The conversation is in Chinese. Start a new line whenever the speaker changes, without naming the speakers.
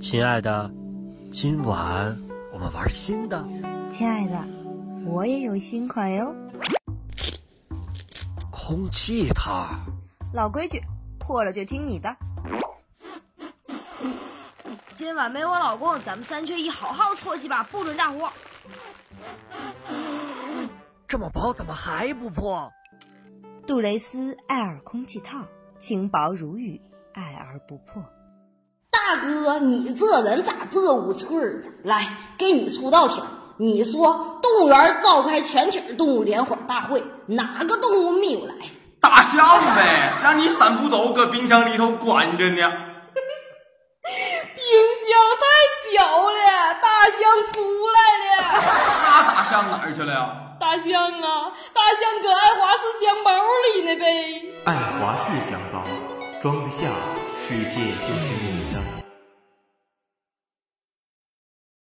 亲爱的，今晚我们玩新的。
亲爱的，我也有新款哟。
空气它，
老规矩，破了就听你的。
今晚没我老公，咱们三缺一，好好搓几把，不准炸锅。
这么薄怎么还不破？
杜蕾斯艾尔空气套，轻薄如玉，爱而不破。
大哥，你这人咋这无趣儿呢？来，给你出道题儿。你说，动物园召开全体动物联欢大会，哪个动物没有来？
大象呗，让你闪不走，搁冰箱里头关着呢。
冰箱太小了，大象出 来了。
那大象哪儿去了呀？
大象啊，大象搁爱华仕箱包里呢呗。
爱华仕箱包装得下世界就是你的。